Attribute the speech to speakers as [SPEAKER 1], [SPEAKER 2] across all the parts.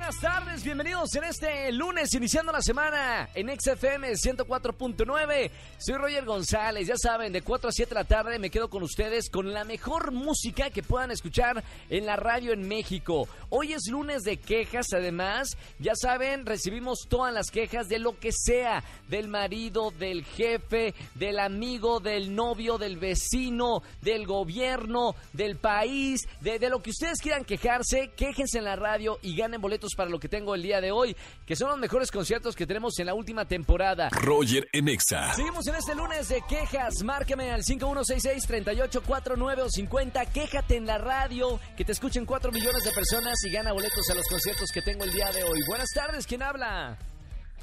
[SPEAKER 1] Buenas tardes, bienvenidos en este lunes, iniciando la semana en XFM 104.9. Soy Roger González, ya saben, de 4 a 7 de la tarde me quedo con ustedes con la mejor música que puedan escuchar en la radio en México. Hoy es lunes de quejas, además, ya saben, recibimos todas las quejas de lo que sea, del marido, del jefe, del amigo, del novio, del vecino, del gobierno, del país, de, de lo que ustedes quieran quejarse, quéjense en la radio y ganen boletos para lo que tengo el día de hoy, que son los mejores conciertos que tenemos en la última temporada.
[SPEAKER 2] Roger en Exa.
[SPEAKER 1] Seguimos en este lunes de quejas. Márcame al 5166-3849 o 50. Quéjate en la radio, que te escuchen 4 millones de personas y gana boletos a los conciertos que tengo el día de hoy. Buenas tardes, ¿quién habla?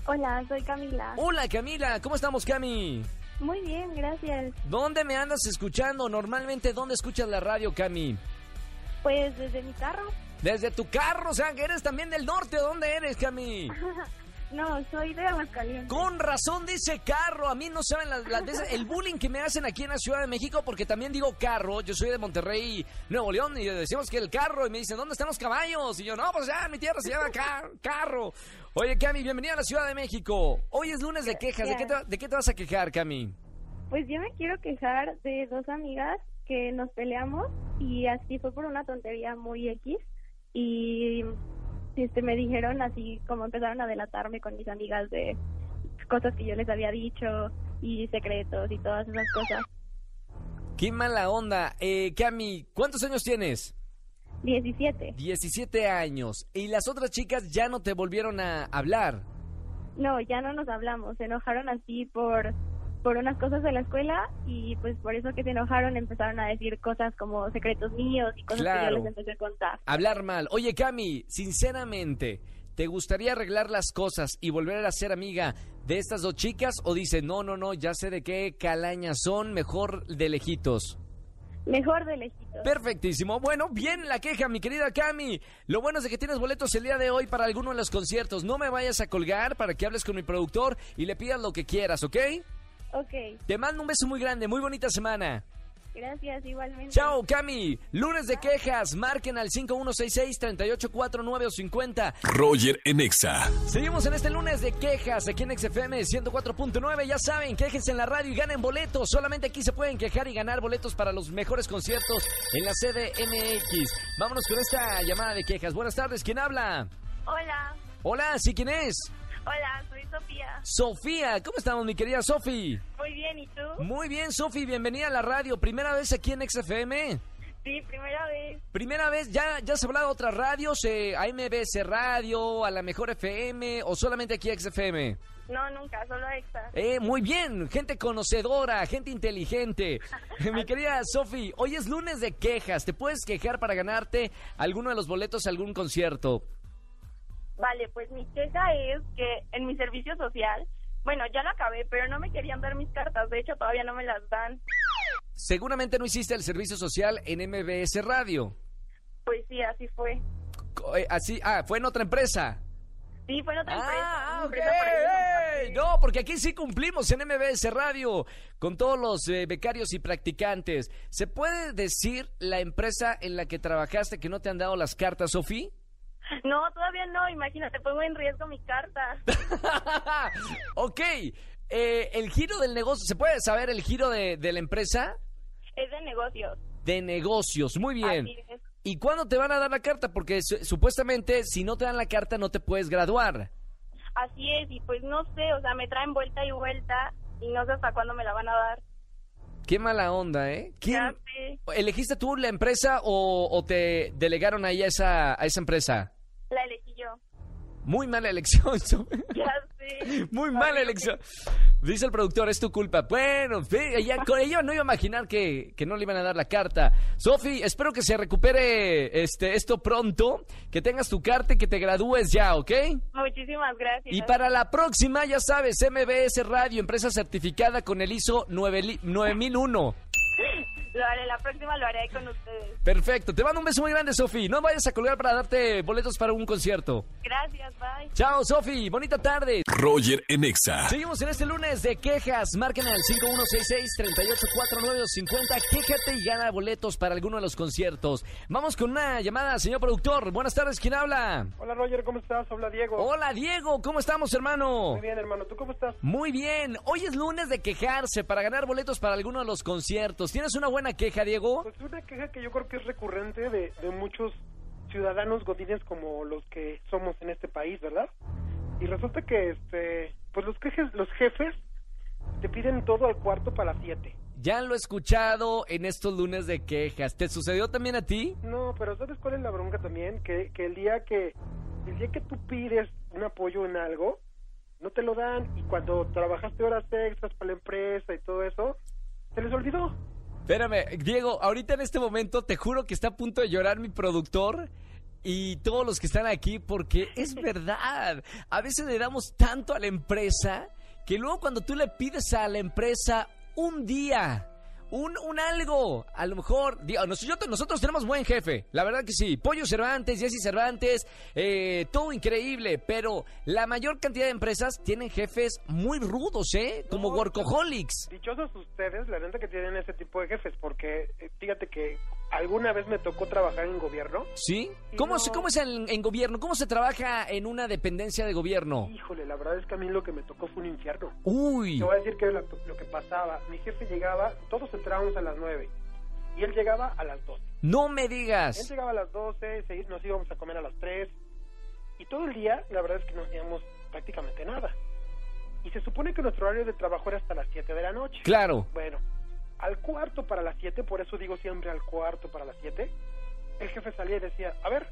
[SPEAKER 3] Hola, soy Camila.
[SPEAKER 1] Hola Camila, ¿cómo estamos Cami?
[SPEAKER 3] Muy bien, gracias.
[SPEAKER 1] ¿Dónde me andas escuchando? Normalmente, ¿dónde escuchas la radio, Cami?
[SPEAKER 3] Pues desde mi carro.
[SPEAKER 1] Desde tu carro, o sea, que eres también del norte. ¿Dónde eres, Cami?
[SPEAKER 3] No, soy de Aguascalientes.
[SPEAKER 1] Con razón dice carro. A mí no saben las, las veces- el bullying que me hacen aquí en la Ciudad de México porque también digo carro. Yo soy de Monterrey, Nuevo León y decimos que el carro y me dicen, ¿dónde están los caballos? Y yo, no, pues ya, en mi tierra se llama car- carro. Oye, Cami, bienvenida a la Ciudad de México. Hoy es lunes de quejas. ¿De qué te, de qué te vas a quejar, Cami?
[SPEAKER 3] Pues yo me quiero quejar de dos amigas que nos peleamos y así fue por una tontería muy X y este me dijeron así como empezaron a delatarme con mis amigas de cosas que yo les había dicho y secretos y todas esas cosas.
[SPEAKER 1] Qué mala onda. Eh, Cami, ¿cuántos años tienes?
[SPEAKER 3] 17.
[SPEAKER 1] 17 años. Y las otras chicas ya no te volvieron a hablar.
[SPEAKER 3] No, ya no nos hablamos. Se enojaron así por por unas cosas de la escuela y pues por eso que se enojaron empezaron a decir cosas como secretos míos y cosas que
[SPEAKER 1] Claro.
[SPEAKER 3] yo les empecé a contar.
[SPEAKER 1] Hablar mal. Oye, Cami, sinceramente, ¿te gustaría arreglar las cosas y volver a ser amiga de estas dos chicas? ¿O dices, no, no, no, ya sé de qué calañas son, mejor de lejitos?
[SPEAKER 3] Mejor de lejitos.
[SPEAKER 1] Perfectísimo. Bueno, bien la queja, mi querida Cami. Lo bueno es de que tienes boletos el día de hoy para alguno de los conciertos. No me vayas a colgar para que hables con mi productor y le pidas lo que quieras, ¿ok?
[SPEAKER 3] Ok,
[SPEAKER 1] Te mando un beso muy grande, muy bonita semana.
[SPEAKER 3] gracias igualmente.
[SPEAKER 1] Chao, Cami. Lunes de quejas. Marquen al 5166-3849-50.
[SPEAKER 2] Roger en Exa.
[SPEAKER 1] Seguimos en este lunes de quejas aquí en XFM 104.9. Ya saben, quéjense en la radio y ganen boletos. Solamente aquí se pueden quejar y ganar boletos para los mejores conciertos en la sede MX. Vámonos con esta llamada de quejas. Buenas tardes, ¿quién habla?
[SPEAKER 4] Hola,
[SPEAKER 1] Hola, ¿sí quién es?
[SPEAKER 4] hola, soy Sofía.
[SPEAKER 1] Sofía, ¿cómo estamos, mi querida Sofi?
[SPEAKER 4] Muy bien, ¿y tú?
[SPEAKER 1] Muy bien, Sofi, bienvenida a la radio. Primera vez aquí en XFM.
[SPEAKER 4] Sí, primera vez.
[SPEAKER 1] Primera vez, ¿ya, ya has hablado a otras radios? Eh, a MBS Radio, a la mejor FM o solamente aquí a XFM?
[SPEAKER 4] No, nunca, solo extra.
[SPEAKER 1] Eh, muy bien, gente conocedora, gente inteligente. Mi querida Sofi, hoy es lunes de quejas. ¿Te puedes quejar para ganarte alguno de los boletos a algún concierto?
[SPEAKER 4] Vale, pues mi queja es que en mi servicio social, bueno, ya lo acabé, pero no me querían dar mis cartas, de hecho todavía no me las dan.
[SPEAKER 1] Seguramente no hiciste el servicio social en MBS Radio.
[SPEAKER 4] Pues sí, así fue.
[SPEAKER 1] Co- eh, Así, ah, fue en otra empresa.
[SPEAKER 4] Sí, fue en otra
[SPEAKER 1] Ah,
[SPEAKER 4] empresa. una empresa
[SPEAKER 1] ok. No, porque aquí sí cumplimos en MBS Radio con todos los eh, becarios y practicantes. ¿Se puede decir la empresa en la que trabajaste que no te han dado las cartas, Sofi?
[SPEAKER 4] por- No, todavía no, imagínate, pongo en riesgo mi carta.
[SPEAKER 1] ok, eh, el giro del negocio, ¿se puede saber el giro de, de la empresa?
[SPEAKER 4] Es de negocios.
[SPEAKER 1] De negocios, muy bien.
[SPEAKER 4] Así es.
[SPEAKER 1] ¿Y cuándo te van a dar la carta? Porque su- supuestamente si no te dan la carta no te puedes graduar.
[SPEAKER 4] Así es, y pues no sé, o sea, me traen vuelta y vuelta y no sé hasta cuándo me la van a dar.
[SPEAKER 1] Qué mala onda, ¿eh?
[SPEAKER 4] Ya
[SPEAKER 1] ¿Quién,
[SPEAKER 4] sé.
[SPEAKER 1] ¿Elegiste tú la empresa o, o te delegaron ahí a esa, a esa empresa?
[SPEAKER 4] La elegí yo.
[SPEAKER 1] Muy mala elección, Sofi.
[SPEAKER 4] Ya sé.
[SPEAKER 1] Muy mala elección. Dice el productor, es tu culpa. Bueno, en fin, ella, con ella no iba a imaginar que, que no le iban a dar la carta. Sofi, espero que se recupere este, esto pronto, que tengas tu carta y que te gradúes ya, ¿ok?
[SPEAKER 4] Muchísimas gracias.
[SPEAKER 1] Y para la próxima, ya sabes, MBS Radio, empresa certificada con el ISO 9000- 9001.
[SPEAKER 4] Lo haré, la próxima lo haré con ustedes.
[SPEAKER 1] Perfecto, te mando un beso muy grande, Sofi. No vayas a colgar para darte boletos para un concierto.
[SPEAKER 4] Gracias, bye.
[SPEAKER 1] Chao, Sofi. Bonita tarde.
[SPEAKER 2] Roger en Exa.
[SPEAKER 1] Seguimos en este lunes de quejas. Marquen al 5166-384950. Quéjate y gana boletos para alguno de los conciertos. Vamos con una llamada, señor productor. Buenas tardes, ¿quién habla?
[SPEAKER 5] Hola Roger, ¿cómo estás? Hola Diego.
[SPEAKER 1] Hola, Diego. ¿Cómo estamos, hermano?
[SPEAKER 5] Muy bien, hermano. ¿Tú cómo estás?
[SPEAKER 1] Muy bien. Hoy es lunes de quejarse para ganar boletos para alguno de los conciertos. ¿Tienes una buena queja, Diego?
[SPEAKER 5] Pues una queja que yo creo que es recurrente de, de muchos ciudadanos godines como los que somos en este país, ¿verdad? Y resulta que este, pues los quejes, los jefes te piden todo al cuarto para las siete.
[SPEAKER 1] Ya lo he escuchado en estos lunes de quejas. ¿Te sucedió también a ti?
[SPEAKER 5] No, pero ¿sabes cuál es la bronca también? Que, que el día que el día que tú pides un apoyo en algo, no te lo dan y cuando trabajaste horas extras para la empresa y todo eso, se les olvidó.
[SPEAKER 1] Espérame, Diego, ahorita en este momento te juro que está a punto de llorar mi productor y todos los que están aquí porque es verdad. A veces le damos tanto a la empresa que luego cuando tú le pides a la empresa un día, un, un algo, a lo mejor, digo, nos- yo- nosotros tenemos buen jefe, la verdad que sí, Pollo Cervantes, Jesse Cervantes, eh, todo increíble, pero la mayor cantidad de empresas tienen jefes muy rudos, ¿eh? Como
[SPEAKER 5] No,
[SPEAKER 1] workaholics.
[SPEAKER 5] Dichosos ustedes, la neta que tienen ese tipo de jefes, porque eh, fíjate que alguna vez me tocó trabajar en gobierno.
[SPEAKER 1] ¿Sí?
[SPEAKER 5] Y
[SPEAKER 1] ¿Cómo,
[SPEAKER 5] no-
[SPEAKER 1] se- ¿Cómo es en, en gobierno? ¿Cómo se trabaja en una dependencia de gobierno?
[SPEAKER 5] Híjole, la verdad es que a mí lo que me tocó fue un infierno.
[SPEAKER 1] Uy,
[SPEAKER 5] Te voy a decir que lo, lo que pasaba, mi jefe llegaba, todos entrábamos a las 9 y él llegaba a las 12.
[SPEAKER 1] no me
[SPEAKER 5] Él
[SPEAKER 1] digas.
[SPEAKER 5] llegaba a las 12, se- nos íbamos a comer a las 3 y todo el día la verdad es que no hacíamos prácticamente nada. Y se supone que nuestro horario de trabajo era hasta las 7 de la noche.
[SPEAKER 1] Claro,
[SPEAKER 5] Bueno, al cuarto para las 7, por eso digo siempre al cuarto para las 7, el jefe salía y decía, a ver,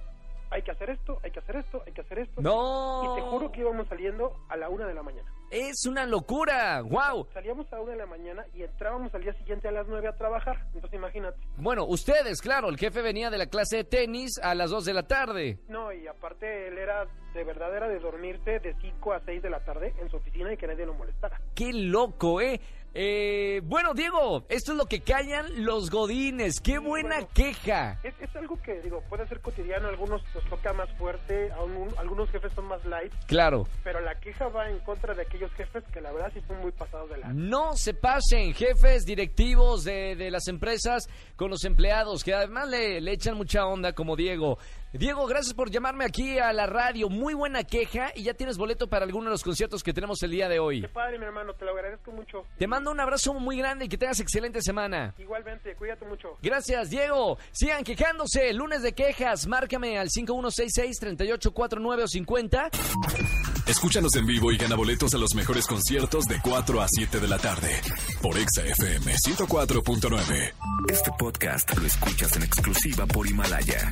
[SPEAKER 5] hay que hacer esto, hay que hacer esto, hay que hacer esto. Y te
[SPEAKER 1] no.
[SPEAKER 5] juro que íbamos saliendo a la 1 de la mañana.
[SPEAKER 1] Es una locura. Wow.
[SPEAKER 5] Salíamos a la 1 de la mañana y entrábamos al día siguiente a las 9 a trabajar. Entonces imagínate.
[SPEAKER 1] Bueno, ustedes, claro, el jefe venía de la clase de tenis a las 2 de la tarde.
[SPEAKER 5] No, y aparte él era, de verdad era de dormirte de 5 a 6 de la tarde en su oficina y que nadie lo molestara.
[SPEAKER 1] Qué loco, ¿eh? Eh, bueno, Diego, esto es lo que callan los godines. Qué buena
[SPEAKER 5] bueno.
[SPEAKER 1] queja.
[SPEAKER 5] Es, es algo que, digo, puede ser cotidiano, a algunos nos toca más fuerte, a un- algunos jefes son más light,
[SPEAKER 1] Claro.
[SPEAKER 5] pero la queja va en contra de aquellos jefes que la verdad sí son muy pasados de la...
[SPEAKER 1] No se pasen jefes directivos de, de las empresas con los empleados, que además le, le echan mucha onda como Diego. Diego, gracias por llamarme aquí a la radio. Muy buena queja y ya tienes boleto para alguno de los conciertos que tenemos el día de hoy.
[SPEAKER 5] Qué padre, mi hermano, te lo agradezco mucho.
[SPEAKER 1] Te mando un abrazo muy grande y que tengas excelente semana.
[SPEAKER 5] Igualmente, cuídate mucho.
[SPEAKER 1] Gracias, Diego. Sigan quejándose. Lunes de quejas. Márcame al 5166-3849 o 50.
[SPEAKER 2] Escúchanos en vivo y gana boletos a los mejores conciertos de 4 a 7 de la tarde por Exa FM 104.9.
[SPEAKER 6] Este podcast lo escuchas en exclusiva por Himalaya.